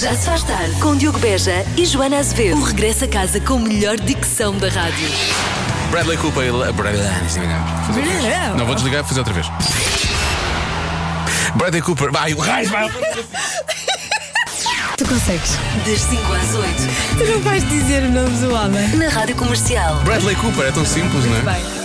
Já se faz tarde com Diogo Beja e Joana Azevedo. O regresso a casa com a melhor dicção da rádio. Bradley Cooper e Le- Bradley- Ah, Fazer outra vez. Não vou desligar, vou fazer outra vez. Bradley Cooper, vai, o raio, vai. Tu consegues. Das 5 às Tu não vais dizer o nome do homem. 8, na Rádio Comercial. Bradley Cooper, é tão simples, não é?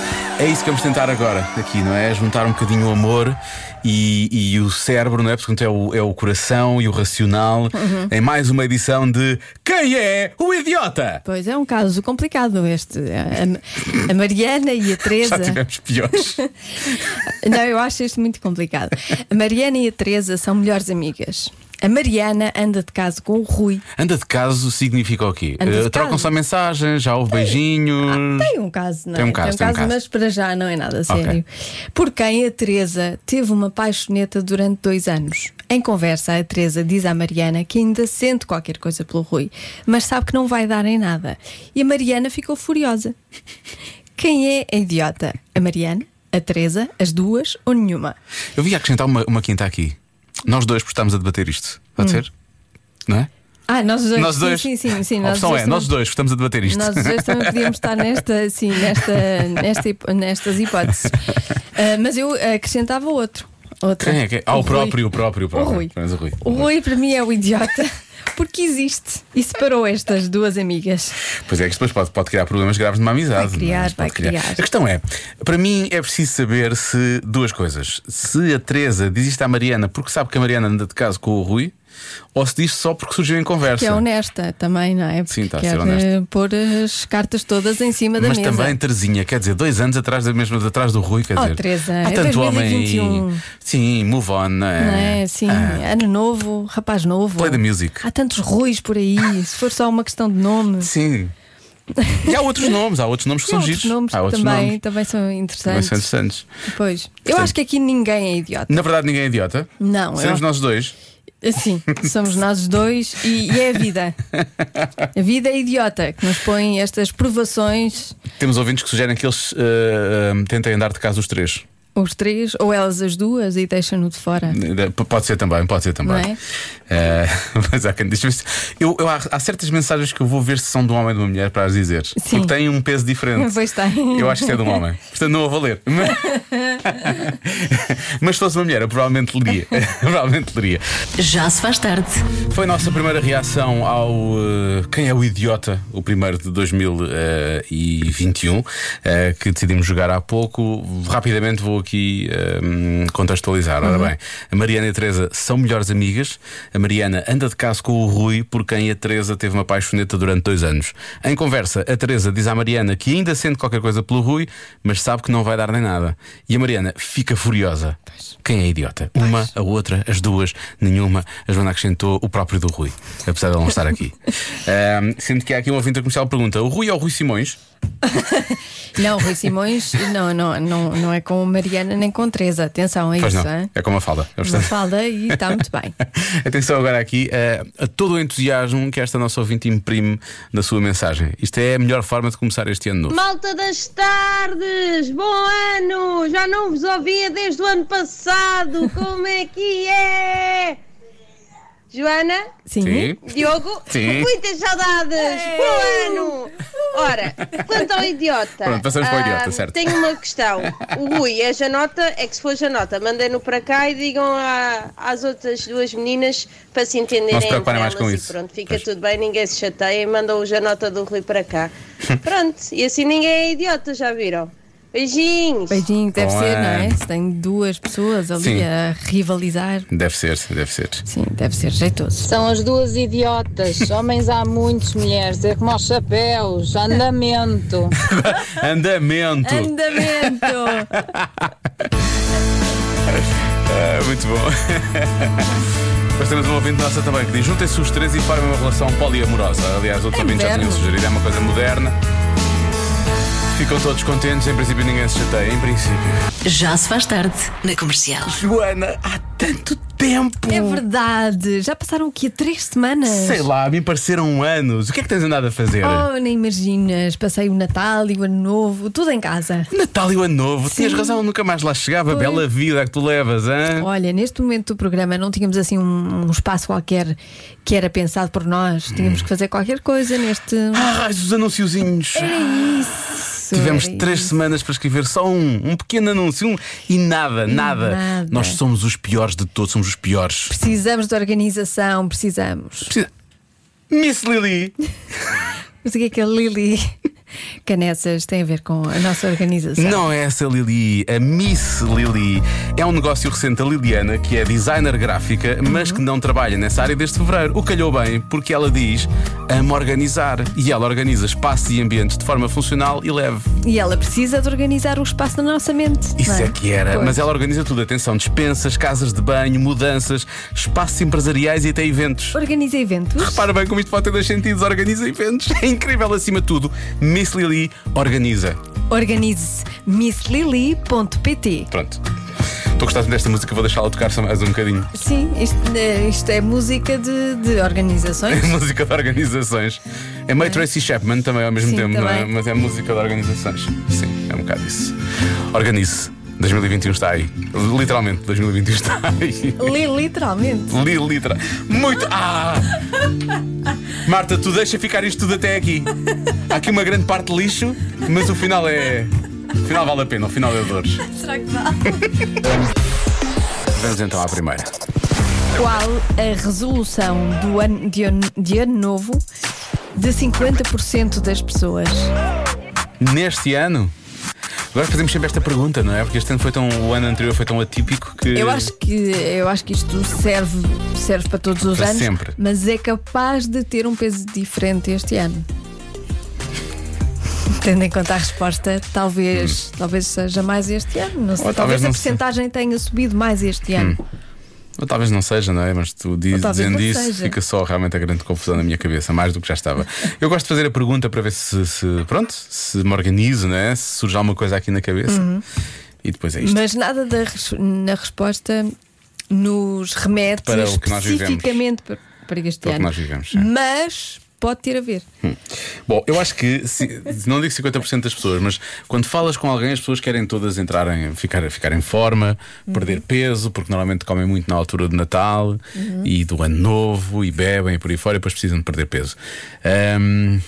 É isso que vamos tentar agora aqui, não é? Juntar um bocadinho o amor e, e o cérebro, não é? Portanto, é o, é o coração e o racional Uhum. em mais uma edição de Quem é o Idiota? Pois é um caso complicado este. A, a Mariana e a Teresa. Já tivemos piores. Não, eu acho isto muito complicado. A Mariana e a Teresa são melhores amigas. A Mariana anda de caso com o Rui. Anda de caso significa o quê? Anda de Eh, Trocam caso. Ah, só mensagens, já houve beijinhos. Tem um caso, não é? Tem um caso, tem um caso. mas para já não é nada sério. Por quem a Teresa teve uma paixoneta durante dois anos. Em conversa, a Teresa diz à Mariana que ainda sente qualquer coisa pelo Rui, mas sabe que não vai dar em nada. E a Mariana ficou furiosa. Quem é a idiota? A Mariana? A Teresa? As duas ou nenhuma? Eu vim acrescentar uma, uma quinta aqui. Nós dois estamos a debater isto. Pode ser? Não é? Ah, nós Hum. dois. Nós sim, dois. Sim, sim, sim. a nós opção dois é, também- nós dois estamos a debater isto. Nós os dois também podíamos estar nesta, sim, nesta, nesta, hip- nestas hipóteses. Ah, mas eu acrescentava outro. outro. Quem é que é? Ah, o Rui. próprio, o próprio, o O próprio. Rui. Mas o Rui. O Rui para mim é o idiota. Porque existe e separou estas duas amigas. Pois é, que depois pode, pode criar problemas graves numa amizade. Vai criar, não é? Mas pode vai criar. A questão é: para mim é preciso saber se duas coisas. Se a Teresa diz isto à Mariana porque sabe que a Mariana anda de caso com o Rui, ou se diz só porque surgiu em conversa. Que é honesta também, não é? Porque Sim, está a quer ser honesta. eh, pôr as cartas todas em cima da Mas mesa. também Terezinha, quer dizer, dois anos atrás, da mesma, atrás do Rui, quer Oh, dizer. Teresa, há é tanto homem. 2021. aí. Sim, move on, não é? Não é? Sim, Ah, ano novo, rapaz novo. play the music. Há tantos ruis por aí. Se for só uma questão de nome. Sim. E há outros nomes, há outros nomes que Há são outros giros. nomes há que outros também, nomes. é também são Também interessantes. são interessantes. Pois. Eu Portanto- acho que aqui ninguém é idiota. Na verdade, ninguém é idiota. Não, Seremos eu... nós dois. Sim, somos nós os dois e, e é a vida. A vida é idiota que nos põe estas provações, Temos ouvintes que sugerem que eles eh, eh, tentem andar de casa os três. Eh, os três, ou elas as duas, e deixam-no de fora. P- Pode ser também, pode ser também. Não é? Eh, mas há quem diz. mas Eu, eu- há, há certas mensagens que eu vou ver se são de um homem ou de uma mulher para as dizer. Sim. Porque têm um peso diferente. Pois tem. Eu acho que isto é de um homem. Portanto, não a valer. Mas, mas se fosse uma mulher, eu provavelmente leria. provavelmente leria. Já se faz tarde. Foi a nossa primeira reação ao eh, Quem é o Idiota, o primeiro de 2021, eh, que decidimos jogar há pouco. Rapidamente vou aqui eh, contextualizar. Ora bem, a Mariana e a Teresa são melhores amigas. A Mariana anda de caso com o Rui, por quem a Teresa teve uma paixoneta durante dois anos. Em conversa, a Teresa diz à Mariana que ainda sente qualquer coisa pelo Rui, mas sabe que não vai dar nem nada. E a Mariana fica furiosa. Quem é idiota? Uma, a outra, as duas, nenhuma. A Joana acrescentou o próprio do Rui, apesar de ele não estar aqui. Ahm, sendo que há aqui um ouvinte comercial que pergunta: o Rui ou o Rui Simões? Não, Rui Simões, não, não, não, não é com Mariana nem com Teresa. Atenção a Pois isso, não, hein? é como a falda. É Uma verdade. falda e está muito bem. Atenção agora aqui eh, a todo o entusiasmo que esta nossa ouvinte imprime na sua mensagem. Isto é a melhor forma de começar este ano novo. Malta das tardes, bom ano! Já não vos ouvia desde o ano passado, como é que é? Joana, Sim. Sim. Diogo, Sim. muitas saudades! Bom ano! Ora, quanto ao idiota. Pronto, passamos para o idiota, ah, certo. Tenho uma questão. O Rui é Janota, é que se for Janota, mandem-no para cá e digam à- às outras duas meninas para se entenderem. Não se preocuparem mais entre com elas e isso. Pronto, fica Pois. tudo bem, ninguém se chateia e mandam o Janota do Rui para cá. Pronto, e assim ninguém é idiota, já viram? Beijinhos! Beijinho, deve Bom ser, não é? ano. Se tem duas pessoas ali Sim. a rivalizar. Deve ser, deve ser. Sim, deve ser jeitoso. São as duas idiotas. Homens há muitos, mulheres. É como aos chapéus, andamento. Andamento! Andamento! Ah, muito bom. Depois temos uma ouvinte nossa também que diz: juntem-se os três e formem uma relação poliamorosa. Aliás, outros É ouvintes já moderno. tinham sugerido, é uma coisa moderna. Ficam todos contentes, em princípio ninguém se chateia, em princípio. Já se faz tarde na Comercial. Joana, há tanto tempo! É verdade. Já passaram o quê? Três semanas? Hum. Sei lá, me pareceram anos. O que é que tens andado a fazer? Oh, nem imaginas. Passei o Natal e o Ano Novo, tudo em casa. Natal e o Ano Novo, Sim. tinhas razão, nunca mais lá chegava. Pois. Bela vida que tu levas, hã? Olha, neste momento do programa não tínhamos assim um, um espaço qualquer que era pensado por nós. Tínhamos que fazer qualquer coisa neste. Hum. Ah, raios, os anunciozinhos. Era isso. Tivemos era três isso. semanas para escrever só um, um pequeno anúncio um, e nada, nada. nada. Nós somos os piores de todos, somos os piores. Precisamos de organização, precisamos. Precisa- Miss Lily, Mas o que é que a Lili Canessas tem a ver com a nossa organização? não é essa Lily, a Miss Lily é um negócio recente da Liliana, que é designer gráfica, mas Uhum. que não trabalha nessa área desde fevereiro. O calhou bem, porque ela diz amo organizar e ela organiza espaços e ambientes de forma funcional e leve. E ela precisa de organizar o espaço na nossa mente. Isso não é que era. Pois. Mas ela organiza tudo: atenção, despensas, casas de banho, mudanças, espaços empresariais e até eventos. Organiza eventos. Repara bem como isto pode ter dois sentidos. Organiza eventos. É incrível acima de tudo. Miss Lily organiza. Organize-se misslili.pt Pronto. Estou a gostar desta música, vou deixá-la tocar só mais um bocadinho. Sim, isto, eh, isto é música de, de organizações. música de organizações. É meio Tracy Chapman também ao mesmo Sim, tempo, não é? também. Mas é música de organizações. Sim, é um bocado isso. Organize. 2021 está aí. Literalmente, 2021 está aí. Li literalmente. Li, litera. Muito. Ah! Marta, tu deixa ficar isto tudo até aqui. Há aqui uma grande parte de lixo, mas o final é. O final vale a pena, o final é dores. Será que dá? Vamos então à primeira. Qual a resolução do ano, de, ano, de ano novo de 50% das pessoas? Neste ano. Agora fazemos sempre esta pergunta, não é? Porque este ano foi tão. O ano anterior foi tão atípico que. Eu acho que, eu acho que isto serve, serve para todos os Para anos, sempre. mas é capaz de ter um peso diferente este ano. Tendo em conta a resposta, talvez, talvez seja mais este ano. Não sei, Hum. Ou talvez, talvez a não Hum, se- porcentagem tenha subido mais este ano. Ou talvez não seja, não é? Mas tu diz, Ou talvez dizendo não isso, seja. fica só realmente a grande confusão na minha cabeça, mais do que já estava. Eu gosto de fazer a pergunta para ver se, se- pronto, se me organizo, não é? Se surge alguma coisa aqui na cabeça. Uhum. E depois é isto. Mas nada da res- na resposta nos remete Para o que nós vivemos. especificamente para, para este Para o que ano. nós vivemos, sim. Mas pode ter a ver. Hum. Bom, eu acho que, se- não digo 50% das pessoas, mas quando falas com alguém, as pessoas querem todas entrarem, ficar, ficar em forma, Uhum. perder peso, porque normalmente comem muito na altura do Natal Uhum. e do Ano Novo e bebem e por aí fora e depois precisam de perder peso. Ahm,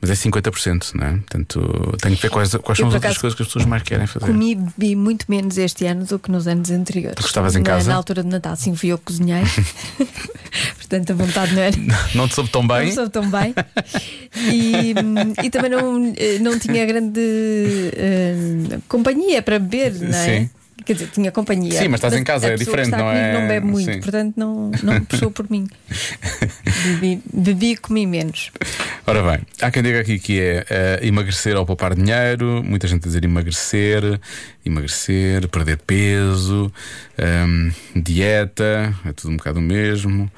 mas é 50%, não é? Portanto, tenho que ver quais, quais Eu, são as por outras acaso, coisas que as pessoas mais querem fazer. Comi bebi muito menos este ano do que nos anos anteriores. Porque estavas em Na- casa? Na altura de Natal, sim, fui eu que cozinhei. Portanto, a vontade não era. Não te soube tão bem? Não sou tão bem. E, hum, e também não, eh, não tinha grande eh, companhia para beber, não é? Sim. Quer dizer, tinha companhia. Sim, mas estás em casa, a é pessoa que diferente, está não é? comigo Não bebe muito, Sim. portanto não, não puxou por mim. Bebi, bebi e comi menos. Ora bem, há quem diga aqui que é eh, emagrecer ou poupar dinheiro, muita gente a dizer emagrecer, emagrecer, perder peso, ehm, dieta, é tudo um bocado o mesmo.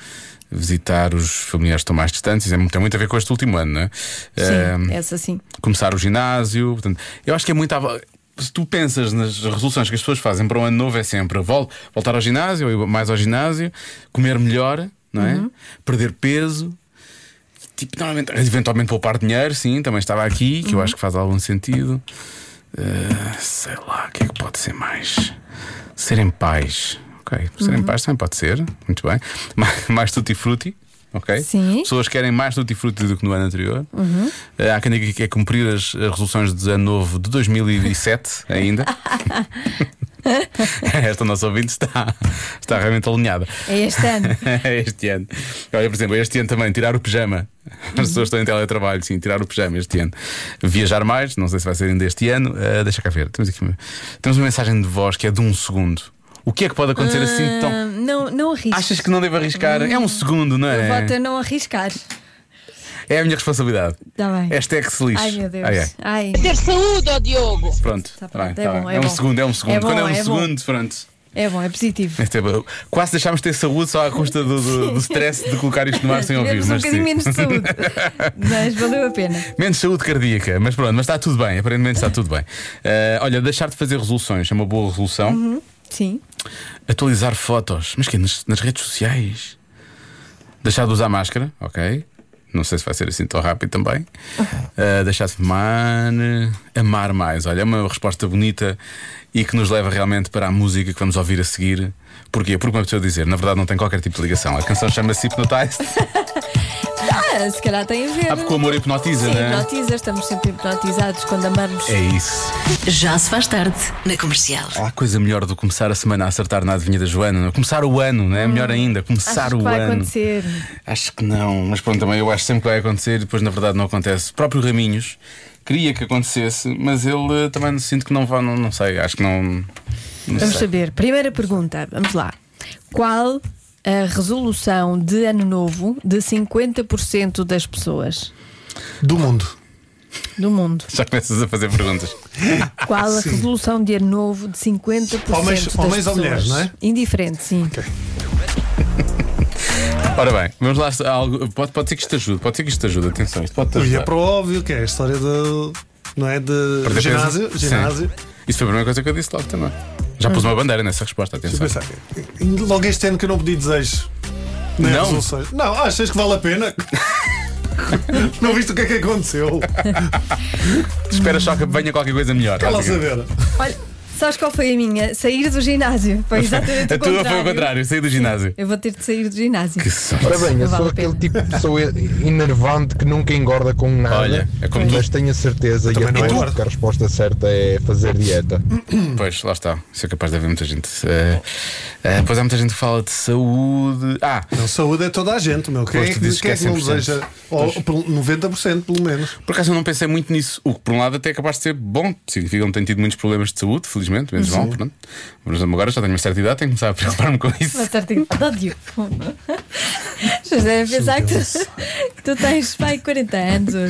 Visitar os familiares que estão mais distantes, isso é- tem muito a ver com este último ano, não é? Ehm, Sim, essa sim. começar o ginásio. Portanto, eu acho que é muito. à vo- Se tu pensas nas resoluções que as pessoas fazem para o ano novo, é sempre vol- voltar ao ginásio, ou ir mais ao ginásio, comer melhor, não é? Perder peso. Tipo, normalmente, Uhum. eventualmente poupar dinheiro, sim, também estava aqui, que eu acho que faz algum sentido. Eh, sei lá, o que é que pode ser mais? Ser em paz. Ok, ser em paz também pode ser, muito bem. Mais, mais tutti-frutti, ok? Sim. Pessoas querem mais tutti-frutti do que no ano anterior. Eh, há quem diga que é cumprir as, as resoluções de ano novo de 2007 ainda. Esta nossa ouvinte está, está realmente alinhada É este ano. este ano. Olha, por exemplo, este ano também, tirar o pijama. Uhum. As pessoas estão em teletrabalho, sim, tirar o pijama este ano. Viajar mais, não sei se vai ser ainda este ano. Ah, deixa cá ver. Temos aqui uma, temos uma mensagem de voz que é de um segundo. O que é que pode acontecer assim Ah, tão. não, não arrisco. Achas que não devo arriscar? É um segundo, não Eu é? voto a não arriscar. É a minha responsabilidade. Está Tá bem. Hashtag se lixe. Ai meu Deus. Ah, é. Ai. Ter saúde, ó Diogo! Pronto, Tá tá bem, pronto, é tá bom, bem. é um bom. segundo, é um segundo. É bom, Quando é um é bom. segundo, pronto. É bom, é positivo. Este é bom. Quase deixámos de ter saúde só à custa do, do, do stress de colocar isto no ar sem ouvir. Tivemos um mas sim. bocadinho menos de saúde. Mas valeu a pena. Menos saúde cardíaca, mas Uhum. pronto, mas está tudo bem, aparentemente está tudo bem. Eh, olha, deixar de fazer resoluções é uma boa resolução. Sim. Atualizar fotos. Mas que nas, nas redes sociais? Deixar de usar máscara, ok. Não sei se vai ser assim tão rápido também. Uhum. Ah, deixar de fumar. Amar mais. Olha, é uma resposta bonita e que nos leva realmente para a música que vamos ouvir a seguir. Porquê? Porque uma pessoa dizer, na verdade, não tem qualquer tipo de ligação. A canção chama-se Hypnotized. Ah, se calhar tem a ver. Ah, porque o amor hipnotiza, Sim, né? hipnotiza, estamos sempre hipnotizados quando amamos. É isso. Já se faz tarde na comercial. Há coisa melhor do que começar a semana a acertar na adivinha da Joana. não é? Começar o ano, não é? Melhor ainda, começar Hum. Acho o que vai ano. acontecer. Acho que não, mas pronto, também eu acho sempre que vai acontecer e depois na verdade não acontece. O próprio Raminhos queria que acontecesse, mas ele eh, também sinto que não vai, não, não sei, acho que não. não Vamos sei. saber. Primeira pergunta, vamos lá. Qual a resolução de ano novo de 50% das pessoas Do mundo. do mundo? Já começas a fazer perguntas. Qual a resolução de ano novo de 50% Homens- das homens ou pessoas? mulheres, não é? Indiferente, sim. Ora bem, vamos lá. há algo- Pode, pode ser que isto te ajude, pode ser que isto te ajude, atenção, isto pode te E é ajudar. para o óbvio, que é a história do. Não é? De Perder ginásio. peso? ginásio. é. Sim. Isso foi a primeira coisa que eu disse logo também. Já pus Hum. uma bandeira nessa resposta, atenção. Deixa eu pensar. Logo este ano que eu não pedi desejos. Nem Não? resoluções. Não, achas que vale a pena? não viste o que é que aconteceu? Espera só que venha qualquer coisa melhor. Quer lá basicamente. saber? Olha, sabes qual foi a minha? Sair do ginásio. Foi exatamente A o tua contrário. foi o contrário, saí do ginásio. Eu vou ter de sair do ginásio. Que sorte. Ora bem, Vale eu sou a pena. aquele tipo de pessoa enervante que nunca engorda com nada. Olha, é como tu. mas tenho a certeza e Também não aposto engordo. que a resposta certa é fazer dieta. Hum. Pois, lá está. Isso é capaz de haver muita gente. Eh, eh, pois há muita gente que fala de saúde. Ah, Não, saúde é toda a gente, meu. Quem é Pois, tu que, dizes quem é que é que não 100%. deseja? Ou pelo- 90% pelo menos. por acaso eu não pensei muito nisso. O que, por um lado, até é capaz de ser bom. Significa que não tenho tido muitos problemas de saúde, felizmente. Menos mal, pronto. Mas agora já tenho uma certa idade, tenho que começar a preocupar-me com Uma isso. certa idade. Já devem pensar que tu, tu tens pai 40 anos. ou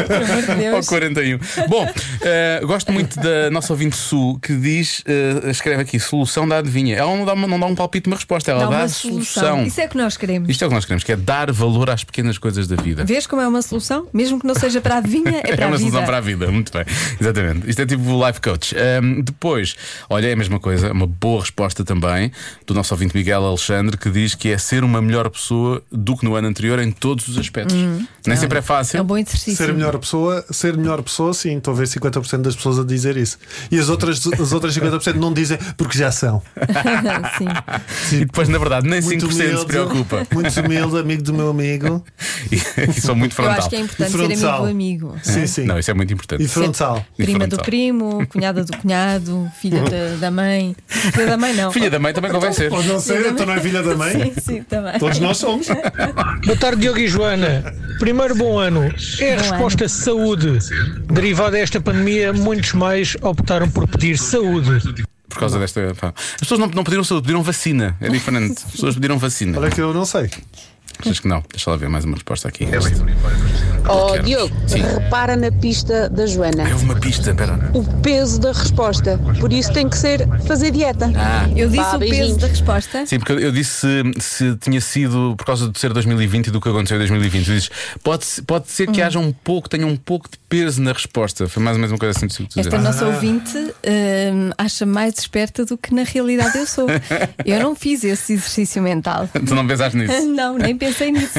assim. Pelo amor de Ou Deus. 41. Bom, eh, gosto muito da nossa ouvinte Sul que diz, eh, escreve aqui, solução da adivinha. Ela não dá, uma- não dá um palpite, uma resposta, ela Dá dá, uma a solução. Isso é o que nós queremos. Isto é o que nós queremos, que é dar valor às pequenas coisas da vida. Vês como é uma solução? Mesmo que não seja para a vinha, é para é uma a vida. solução para a vida, muito bem. Exatamente. Isto é tipo o life coach. Ahm, depois, olha, é a mesma coisa, uma boa resposta também do nosso ouvinte Miguel Alexandre, que diz que é ser uma melhor pessoa do que no ano anterior em todos os aspectos. Nem sempre é fácil. É um bom exercício. Ser a melhor pessoa, ser a melhor pessoa, sim, estou a ver 50% das pessoas a dizer isso. E as outras, as outras 50% não dizem porque já são. Sim. um E depois, na verdade, nem 5% se preocupa. Muito humilde, amigo do meu amigo. E, e são muito Eu frontal. acho que é importante ser amigo Frontal. do amigo. Sim, sim. Não, isso é muito importante. E frontal. Sempre. Prima do Frontal. primo, cunhada do cunhado, filha da, da mãe. Filha da mãe, não. Filha da mãe também convém ser. Ou não ser, então não é filha da mãe? Sim, sim, também. Todos nós somos. Boa tarde, Diogo e Joana. Primeiro bom ano. É a Bom resposta saúde. Derivada desta pandemia, muitos mais optaram por pedir saúde. Por causa desta. pá. As pessoas não, não pediram saúde, pediram vacina. É diferente. As pessoas pediram vacina. Olha que eu não sei. Achas que não? Deixa lá ver mais uma resposta aqui. É Oh, Diogo, Sim. repara na pista da Joana. Houve É uma pista, pera. O peso da resposta. Por isso tem que ser fazer dieta. Eu disse Vá, o peso beijinhos. da resposta. Sim, porque eu- eu disse se, se tinha sido por causa de ser 2020 e do que aconteceu em 2020. Tu dizes, pode, se- pode ser Hum. que haja um pouco, tenha um pouco de peso na resposta. Foi mais ou menos uma coisa assim que tu Esta dizes. nossa ouvinte hum, acha mais esperta do que na realidade eu sou. Eu não fiz esse exercício mental. Tu não pensaste nisso? Não, nem pensei nisso.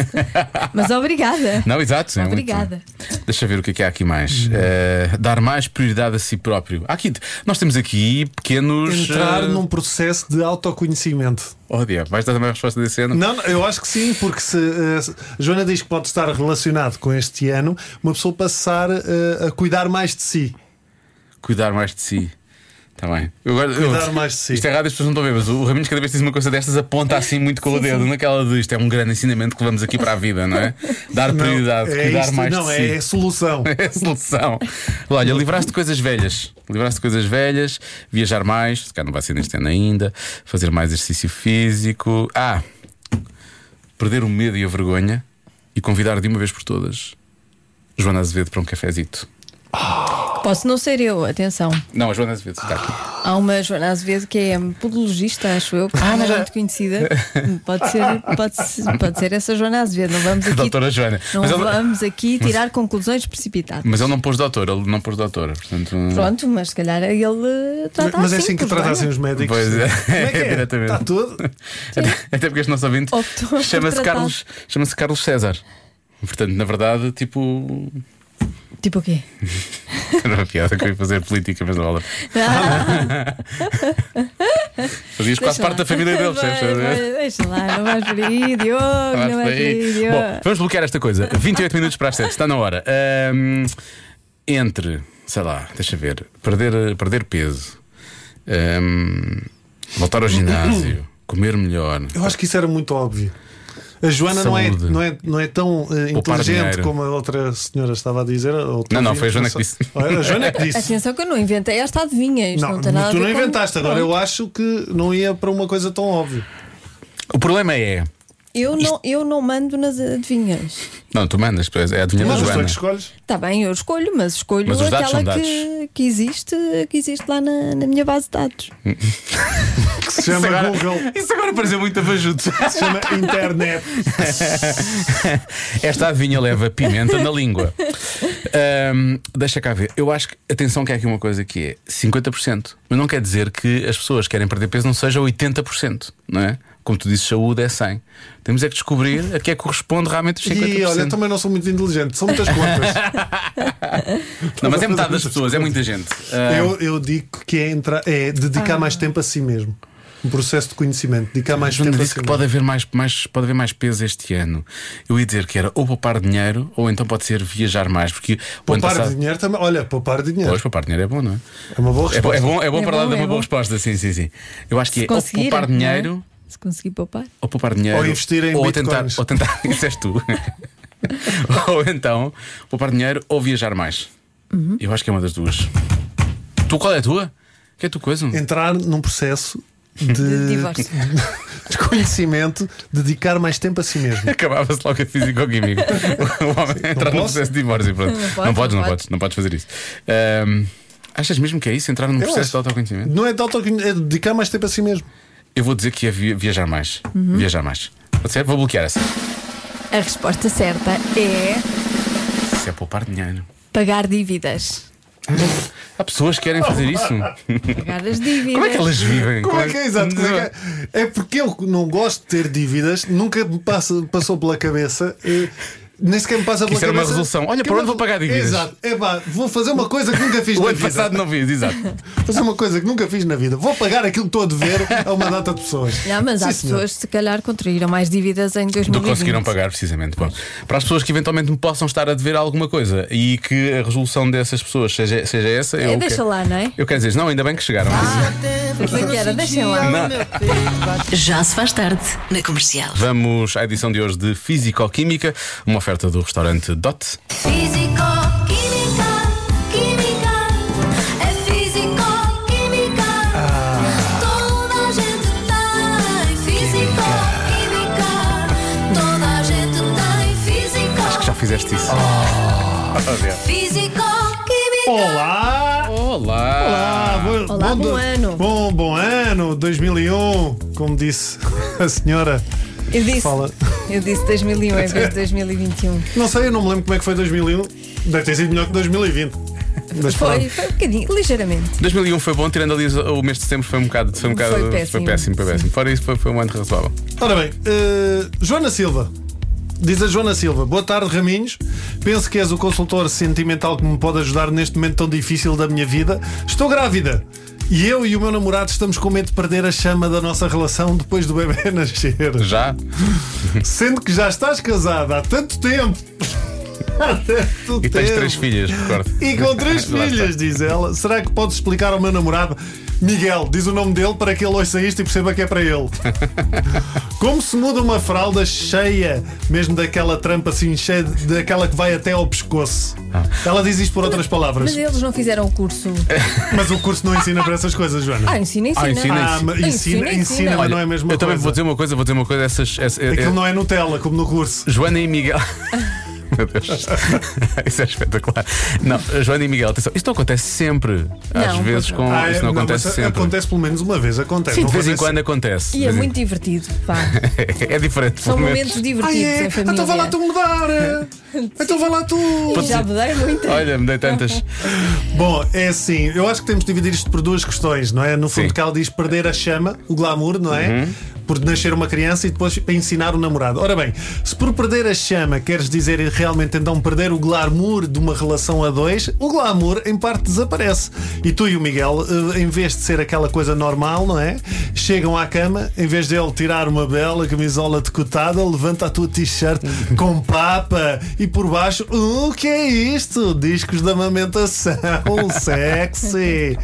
Mas obrigada. Não, exato. sim, é muito bem. Obrigada. Deixa eu ver o que é que há aqui mais. Hum. Eh, dar mais prioridade a si próprio. Há Aqui, nós temos aqui pequenos. Entrar eh, num processo de autoconhecimento. Oh, diabo, vais dar também a resposta desse ano? Não, não, eu acho que sim, porque se eh, se- a Joana diz que pode estar relacionado com este ano, uma pessoa passar eh, a cuidar mais de si. Cuidar mais de si. Está bem. Eu agora- eu- Cuidar mais de si. Isto é errado, as pessoas não estão a ver, mas o Raminhos cada vez que diz uma coisa destas aponta assim muito com o dedo naquela de isto é um grande ensinamento que levamos aqui para a vida, não é? Dar prioridade, não, é cuidar isto, mais não, de é, si. é solução. É a solução. Olha, livrar-se de coisas velhas. Livrar-se de coisas velhas, viajar mais, se calhar não vai ser neste ano ainda, fazer mais exercício físico. Ah, perder o medo e a vergonha e convidar de uma vez por todas Joana Azevedo para um cafezito. Posso não ser eu, atenção. Não, a Joana Azevedo está aqui. Há uma Joana Azevedo que é metodologista, acho eu, que não é muito conhecida. Pode ser, pode, ser, pode ser essa Joana Azevedo. Não vamos aqui, Doutora Joana. Não Mas ela- vamos aqui tirar conclusões precipitadas. Mas ele não pôs doutor, ele não pôs doutora, portanto. Pronto, mas se calhar ele trata Mas é assim assim que pois tratassem bem. os médicos. Pois é, Como é que é? diretamente. Está tudo? Até- Até porque este nosso ouvinte Optou por chama-se tratar. Carlos, chama-se Carlos César. Portanto, na verdade, tipo. Tipo o quê? Era uma piada que eu ia fazer política, mas não vale. Ah, Fazias quase parte Deixa lá. da família dele, percebes? Vai, vai, Deixa lá, não vais por aí, Diogo, Vai não por vais por aí, aí. Diogo. Bom, vamos bloquear esta coisa. 28 minutos para as 7, está na hora. Ahm, entre, sei lá, deixa ver, perder, perder peso, ahm, voltar ao ginásio, comer melhor. Eu acho que isso era muito óbvio. A Joana não é, Saúde. não, é, não é tão eh, Poupar inteligente dinheiro. como a outra senhora estava a dizer. ou Não, não, ouvinte, foi a Joana sei. que disse. Olha, A Joana é que disse. Atenção que eu não inventei esta adivinha. Isto não, Não, tem nada a tu ver não com- inventaste agora. Eu acho que não ia para uma coisa tão óbvia. O problema é. Eu não, eu não mando nas adivinhas. Não, tu mandas, pois, é a adivinha da Mas tu é Joana. que escolhes. Está bem, eu escolho, mas escolho Mas os dados aquela são que, que, existe, que existe lá na, na minha base de dados. Que se chama agora- Google. Isso agora pareceu muito avajudo. Se chama internet. Esta adivinha leva pimenta na língua. Ahm, deixa cá ver. Eu acho que, atenção, que há aqui uma coisa que é 50%. Mas não quer dizer que as pessoas que querem perder peso não seja 80%, não é? Como tu disse, saúde é 100. Temos é que descobrir a que é que corresponde realmente os 50%. E olha, eu também não sou muito inteligente. São muitas contas. não, mas é metade das pessoas, é muita gente. Ah, eu, eu digo que é, entrar, é dedicar Ah. mais tempo a si mesmo. Um processo de conhecimento. Dedicar mais Joana tempo a disse que si mesmo. pode haver mais, mais- pode haver mais peso este ano. Eu ia dizer que era ou poupar dinheiro ou então pode ser viajar mais. Porque o ano Poupar passado. dinheiro também. Olha, poupar dinheiro. Pois, poupar dinheiro é bom, não é? É uma boa É bom, resposta. é bom, é bom É para lá bom, dar é uma boa bom. resposta, sim, sim, sim. Eu acho que é ou Conseguir. poupar não é? dinheiro, Se conseguir poupar. ou poupar dinheiro, Ou investir em ou tentar, bitcoins. ou tentar, isso és tu. ou então, poupar dinheiro ou viajar mais. Uhum. Eu acho que é uma das duas. Tu qual é a tua? Que é a tua coisa? Entrar num processo de, De divórcio. de conhecimento, dedicar mais tempo a si mesmo. Acabava-se logo a físico-químico. o homem entrar no posso? processo de divórcio. Pronto. Não, podes, não pode, não pode. podes, não podes fazer isso. Ahm, achas mesmo que é isso? Entrar num processo acho. de autoconhecimento? Não é de autoconhecimento, é dedicar mais tempo a si mesmo. Eu vou dizer que é via- viajar mais. Uhum. Viajar mais. Pode ser? Vou bloquear essa. A resposta certa é Isso é poupar dinheiro. pagar dívidas. Há pessoas que querem fazer isso. Pagar as dívidas. Como é que elas vivem? Como é que é exato? Como é, que é? É porque eu não gosto de ter dívidas, nunca me passa- passou pela cabeça. eh, Nem sequer me passa pela isso era uma cabeça. resolução. Olha, que para eu onde vou pagar dívidas? Exato. É pá, vou fazer uma coisa que nunca fiz O na ano é vida. passado não fiz, exato. Fazer uma coisa que nunca fiz na vida. Vou pagar aquilo que estou a dever a uma data de pessoas. Não, mas há Sim, senhor. pessoas que se calhar contraíram mais dívidas em 2020. Do que conseguiram pagar, precisamente. Bom, para as pessoas que eventualmente me possam estar a dever alguma coisa e que a resolução dessas pessoas seja, seja essa, eu. É, deixa quero- lá, não é? Eu quero dizer, não, ainda bem que chegaram. Ah. Como é que era? Deixem lá. Já se faz tarde na comercial. Vamos à edição de hoje de Físico-Química, uma oferta do restaurante Dot. Físico, química, química, é físico, química. Ah. Toda a gente tem físico, química. Toda a gente tem físico. É Acho que já fizeste isso. Físico, química. Olá! Olá! Ah, bo- Olá, bom ano. Bom, bom ano, 2001, como disse a senhora. Eu disse, Fala. um, eu disse 2001 em vez de 2021. Não sei, eu não me lembro como é que foi 2001. Deve ter sido melhor que 2020. Mas Foi, pronto. foi um bocadinho, ligeiramente. 2001 foi bom, tirando ali o mês de setembro foi um bocado. Foi, um Foi bocado, péssimo. péssimo, foi péssimo. Fora isso, foi, foi um ano razoável. Ora bem, eh, Joana Silva. Diz a Joana Silva, boa tarde Raminhos. Penso que és o consultor sentimental que me pode ajudar neste momento tão difícil da minha vida. Estou grávida e eu e o meu namorado estamos com medo de perder a chama da nossa relação depois do bebê nascer. Já? Sendo que já estás casada há tanto tempo. há tanto E tens tempo. três filhas, recordo. E com três Lá está. filhas, diz ela. Será que podes explicar ao meu namorado? Miguel, diz o nome dele para que ele ouça isto e perceba que é para ele. Como se muda uma fralda cheia, mesmo daquela trampa assim cheia, de- daquela que vai até ao pescoço? Ah. Ela diz isto por outras palavras. Mas eles não fizeram o curso. Mas o curso não ensina para essas coisas, Joana. Ah, ensina, ensina. Ah, ensina, É. Ah, mas ensina, ensina, mas Olha, não é a mesma eu também coisa. vou dizer uma coisa, vou dizer uma coisa, essas. essa- é- Aquilo não é Nutella, como no curso. Joana e Miguel. Meu Deus. Isso é espetacular. Não, Joana e Miguel, atenção. Isto não acontece sempre. Às Não, vezes, pois com. Ah, Isto não mas acontece sempre. Acontece pelo menos uma vez, acontece. Sim, não de vez em acontece- quando acontece. E é Mas muito divertido, pá. É diferente. São pelo menos. momentos divertidos Ai, é? em família. Então vai lá tu mudar! eh? Então vai lá tu! E Já mudei muito. Olha, me dei tantas. Bom, é assim, eu acho que temos de dividir isto por duas questões, não é? No fundo, Sim. que ela diz perder a chama, o glamour, não é? Por nascer uma criança e depois para ensinar o namorado. Ora bem, se por perder a chama queres dizer realmente então perder o glamour de uma relação a dois, o glamour em parte desaparece. E tu e o Miguel, eh, em vez de ser aquela coisa normal, não é? Chegam à cama, em vez dele tirar uma bela camisola decotada, levanta a tua t-shirt com papa e por baixo, o que é isto? Discos da amamentação, sexy.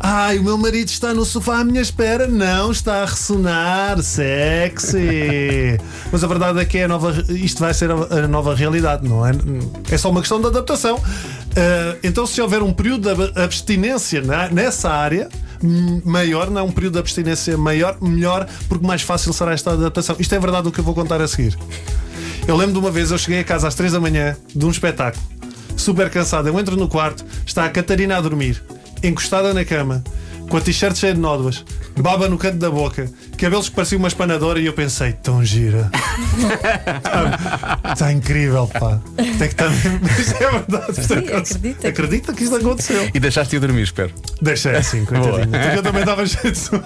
Ai, o meu marido está no sofá à minha espera, não está a ressonar, sexy. Mas a verdade é que é a nova, isto vai ser a, a nova realidade, não é? É só uma questão de adaptação. Ah, então, se houver um período de ab- abstinência na- nessa área, hum, maior, não é um período de abstinência maior, melhor, porque mais fácil será esta adaptação. Isto é verdade o que eu vou contar a seguir. Eu lembro de uma vez eu cheguei a casa às 3 da manhã de um espetáculo, super cansado. Eu entro no quarto, está a Catarina a dormir, encostada na cama, com a t-shirt cheia de nódoas, baba no canto da boca, cabelos que pareciam uma espanadora, e eu pensei, tão gira. Está incrível, pá. Tem que estar mesmo. Mas é verdade. isto Sim, aconteceu. acredita. Acredita que isto aconteceu. E deixaste-te dormir, espero. Deixei assim, coitadinho. Boa. Porque eu também estava cheio de sono.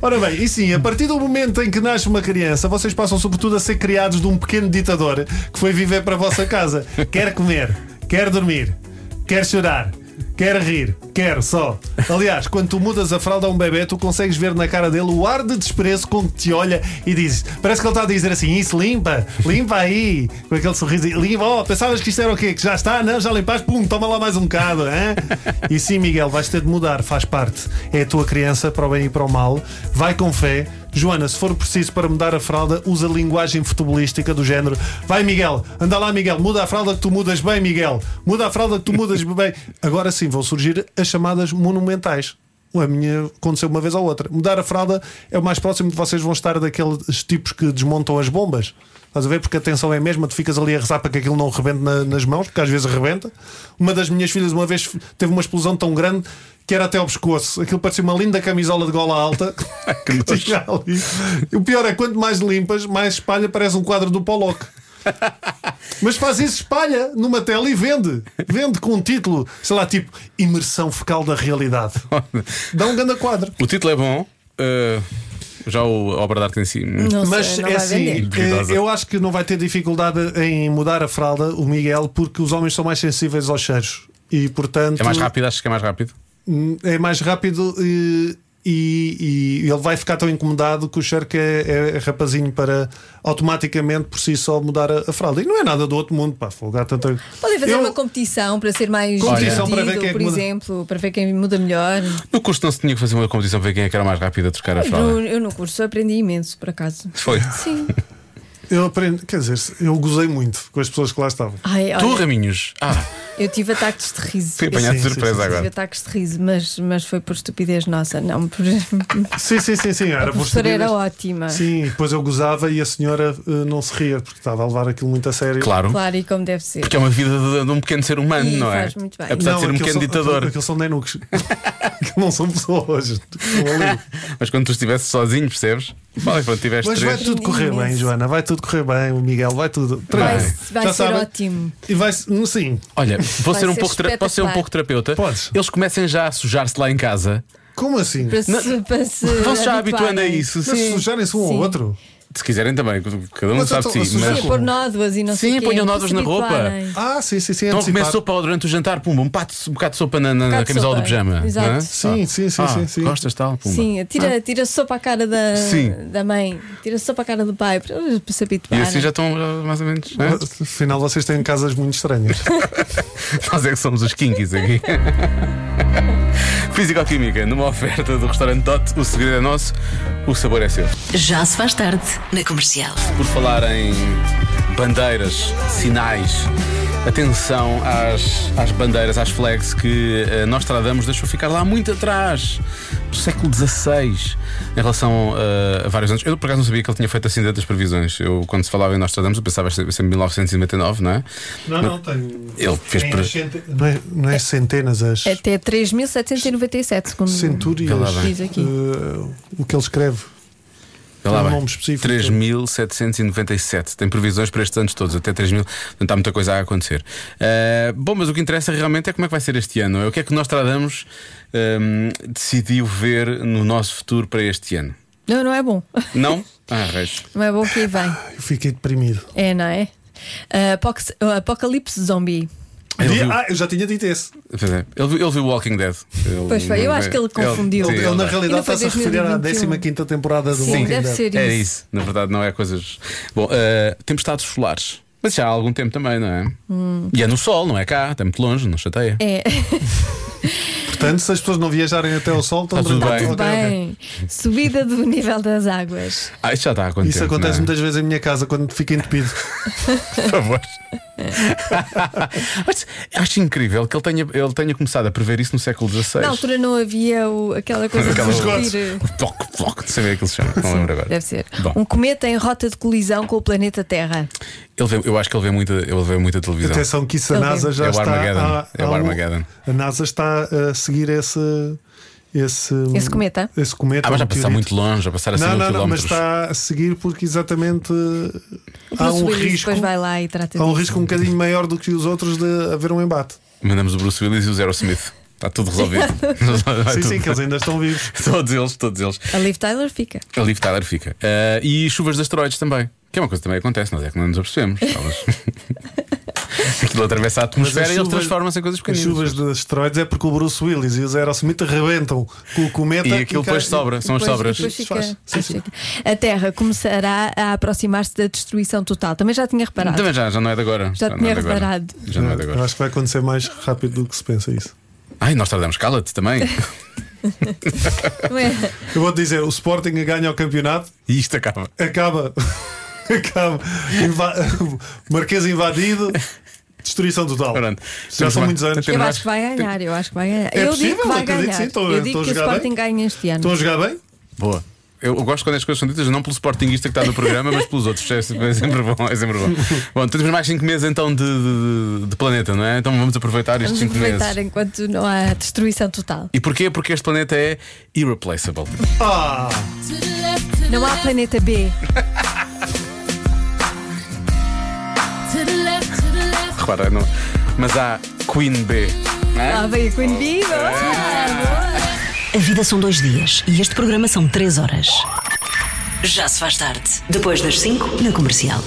Ora bem, e sim, a partir do momento em que nasce uma criança, vocês passam sobretudo a ser criados de um pequeno ditador que foi viver para a vossa casa. Quer comer, quer dormir, quer chorar. Quer rir, quer só. Aliás, quando tu mudas a fralda a um bebê, tu consegues ver na cara dele o ar de desprezo com que te olha e dizes: Parece que ele está a dizer assim, isso limpa, limpa aí, com aquele sorriso, limpa, oh, pensavas que isto era o quê? Que já está, não, já limpaste, pum, toma lá mais um bocado, hein? E sim, Miguel, vais ter de mudar, faz parte. É a tua criança, para o bem e para o mal, vai com fé. Joana, se for preciso para mudar a fralda, usa linguagem futebolística do género. Vai, Miguel, anda lá, Miguel, muda a fralda que tu mudas bem, Miguel, muda a fralda que tu mudas bem. Agora sim vão surgir as chamadas monumentais. A minha aconteceu uma vez ou outra. Mudar a fralda é o mais próximo que vocês vão estar daqueles tipos que desmontam as bombas. Estás a ver? Porque a tensão é a mesma, tu ficas ali a rezar para que aquilo não rebente na- nas mãos, porque às vezes rebenta. Uma das minhas filhas, uma vez, teve uma explosão tão grande que era até ao pescoço. Aquilo parecia uma linda camisola de gola alta. que tinha ali. E o pior é quanto mais limpas, mais espalha, parece um quadro do Pollock. Mas faz isso, espalha numa tela e vende. Vende com um título, sei lá, tipo Imersão Focal da Realidade. Dá um grande quadro. O título é bom. eh, já o a obra de arte em si. hum, Não Mas sei, não é vai assim, vender. Duvidosa. eh, eu acho que não vai ter dificuldade em mudar a fralda, o Miguel, porque os homens são mais sensíveis aos cheiros. E portanto. É mais rápido, achas que é mais rápido? Hum, É mais rápido eh, e, e ele vai ficar tão incomodado que o cheiro que é, é rapazinho para automaticamente por si só mudar a, a fralda. E não é nada do outro mundo, pá, folgar tanta. Podem fazer Eu- uma competição para ser mais Competição divertido, para ver quem é que por muda. exemplo, para ver quem muda melhor. No curso não se tinha que fazer uma competição para ver quem é que era mais rápido a trocar a Eu, fralda. eu no curso aprendi imenso, por acaso. Foi. Sim. Eu aprendo, quer dizer, eu gozei muito com as pessoas que lá estavam. Ai, olha, Tu, Raminhos. Ah, eu tive ataques de riso. fui apanhado de Sim, sim, surpresa sim, Eu tive agora. ataques de riso, mas, mas foi por estupidez nossa, não por. A Sim, sim, sim, sim. Era por professora era estupidez. ótima. Sim, e depois eu gozava e a senhora eh, não se ria, porque estava a levar aquilo muito a sério. Claro. Claro, e como deve ser. Porque é uma vida de, de um pequeno ser humano, E não é? faz muito bem. Apesar de ser um aquilo pequeno são- ditador. Aquilo, aquilo são nenucos. Aquilo não são pessoas. Estão ali. Mas quando tu estivesse sozinho, percebes? Olha, quando tiveste Mas vai três. tudo correr bem, Imenso. Joana. Vai tudo correr bem, o Miguel, vai tudo. Vai, Tranquilo. vai Já ser sabem. ótimo. E vai sim. Olha, vou Vai ser um ser pouco tra- posso ser um espetacular. pouco terapeuta. Podes. Eles comecem já a sujar-se lá em casa. Como assim? Para se, para se Vocês já habituando a habituarem. isso, Mas sim. sujarem-se um ao Sim. outro. Se quiserem também, cada um Mas sabe então, de si. sujar- Mas Sim, pôr nódoas e não sei Sim, o quê, ponham que nódoas se na roupa. habituarem. Ah, sim, sim, sim. então antecipar. comer sopa durante o jantar, pumba, um pato, um bocado de sopa na, na- na bocado de camisola sopa, do pijama. exato. não é? Sim, sim, sim, Ah, sim, sim. Gostas tal? Pumba. Sim, tira, tira sopa à cara da, Ah. Sim. da mãe, tira sopa à cara do pai, para para E se habituarem. assim já estão já, mais ou menos. não é? Afinal, vocês têm casas muito estranhas. Nós é que somos os kinkies aqui. Fisicoquímica, numa oferta do restaurante Dot, o segredo é nosso, o sabor é seu. Já se faz tarde na comercial. Por falar em bandeiras, sinais, Atenção às, às bandeiras, às flags que eh, Nostradamus deixou ficar lá muito atrás, do século XVI, em relação eh, a vários anos. Eu, por acaso, não sabia que ele tinha feito assim tantas previsões. Eu, quando se falava em Nostradamus, eu pensava que em 1999, não é? Não, não, tem. Ele fez tem para- as centen- Não é, não é centenas, as Até 3.797, segundo centúrias. Vê lá bem. diz aqui. eh, o que ele escreve. Vê lá Tem um bem. nome específico. 3.797. Tem previsões para estes anos todos, até 3.000. Portanto, há muita coisa a acontecer. Ah, bom, mas o que interessa realmente é como é que vai ser este ano. não É o que é que Nostradamus ahm, decidiu ver no nosso futuro para este ano. Não, não é bom. Não? Ah, reis. Não é bom que aí vem. Eu fiquei deprimido. É, não é? Apox- ah, Apocalipse Zombie. Ele Dia- viu, Ah, eu já tinha dito esse. pois é, ele viu, ele viu Walking Dead. Ele- Pois foi, eu acho que ele confundiu. sim, Ele, na ele- realidade, E não foi está-se a referir à 2021. 15 temporada do Sim, Walking deve Dead. ser isso. Era É isso, na verdade, não é coisas. Bom, ah, tempestades solares. Mas já há algum tempo também, não é? Hum. E é no sol, não é cá, está muito longe, não chateia. É, Portanto, se as pessoas não viajarem até ao sol, estão Está Tá tudo tranquilos. bem. Ok, ok. bem. Subida do nível das águas. Ah, isso já está a acontecer. Isso acontece não é? muitas vezes em minha casa quando fica entupido. Por favor. Mas acho incrível que ele tenha, ele tenha começado a prever isso no século XVI. Na altura não havia o- aquela coisa Aquela- de Os subir. eh, O toque, toque, não sei bem aquilo se chama, não lembro agora. Deve ser. Bom. Um cometa em rota de colisão com o planeta Terra. Ele vê- eu acho que ele vê muita, ele vê muita televisão. Atenção que isso a Ok. NASA já É o está. Armageddon. há- É o há um- Armageddon. A NASA está a seguir esse. Esse, Esse cometa? Esse cometa. Ah, mas já um passar muito meteorito. longe, a passar a 100 Não, mil não, não, mas quilómetros. está a seguir porque exatamente eh, O há Bruce um Willis risco. Depois vai lá e trata Há um disso. risco um bocadinho maior do que os outros de haver um embate. Mandamos o Bruce Willis e o Zero Smith. Está tudo resolvido. Vai Sim, tudo sim, que bem. eles ainda estão vivos. Todos eles, todos eles. A Liv Tyler fica. A Liv Tyler fica. Ah, e chuvas de asteroides também. Que é uma coisa que também acontece, nós é que não nos apercebemos. Elas- Aquilo atravessa a Mas as atmosfera e eles chuvas- transformam-se em coisas As pequeninas. chuvas de asteroides é porque o Bruce Willis e o Aerosmith arrebentam com o cometa E aquilo cai- depois sobra, são as Depois- sobras. depois fica- Faz. Sim, depois sim. fica. A Terra começará a aproximar-se da destruição total. Também já tinha reparado. Também já, já não é de agora. Já não tinha é de agora. reparado. Já não é de Eu agora. acho que vai acontecer mais rápido do que se pensa isso. Ai, nós tardamos, cala-te também. Não é? Eu vou te dizer, o Sporting ganha o campeonato, E isto acaba. acaba. acaba. Inva- Marquês invadido, destruição total. Pronto. Já são muitos anos. Eu Temos acho que vai ganhar, eu acho que vai ganhar. eu É possível, digo que vai acredito que ganhar. sim, estou- eu digo estou a que o jogar Sporting bem. ganha este ano. Estão a jogar bem? Boa. Eu eu gosto quando as coisas são ditas não pelo sportinguista que está no programa, mas pelos outros. É sempre, é sempre bom, é sempre bom. Bom, temos mais 5 meses então de, de- de planeta, não é? Então vamos aproveitar estes Vamos 5 aproveitar meses. enquanto não há destruição total. E porquê? Porque este planeta é irreplaceable. Ah! Não há planeta B. Repara, não. Mas há Queen B. não é? Lá Ah, veio a Queen Bee. É. boa. A vida são dois dias e este programa são três horas. Já se faz tarde. Depois das cinco, na comercial.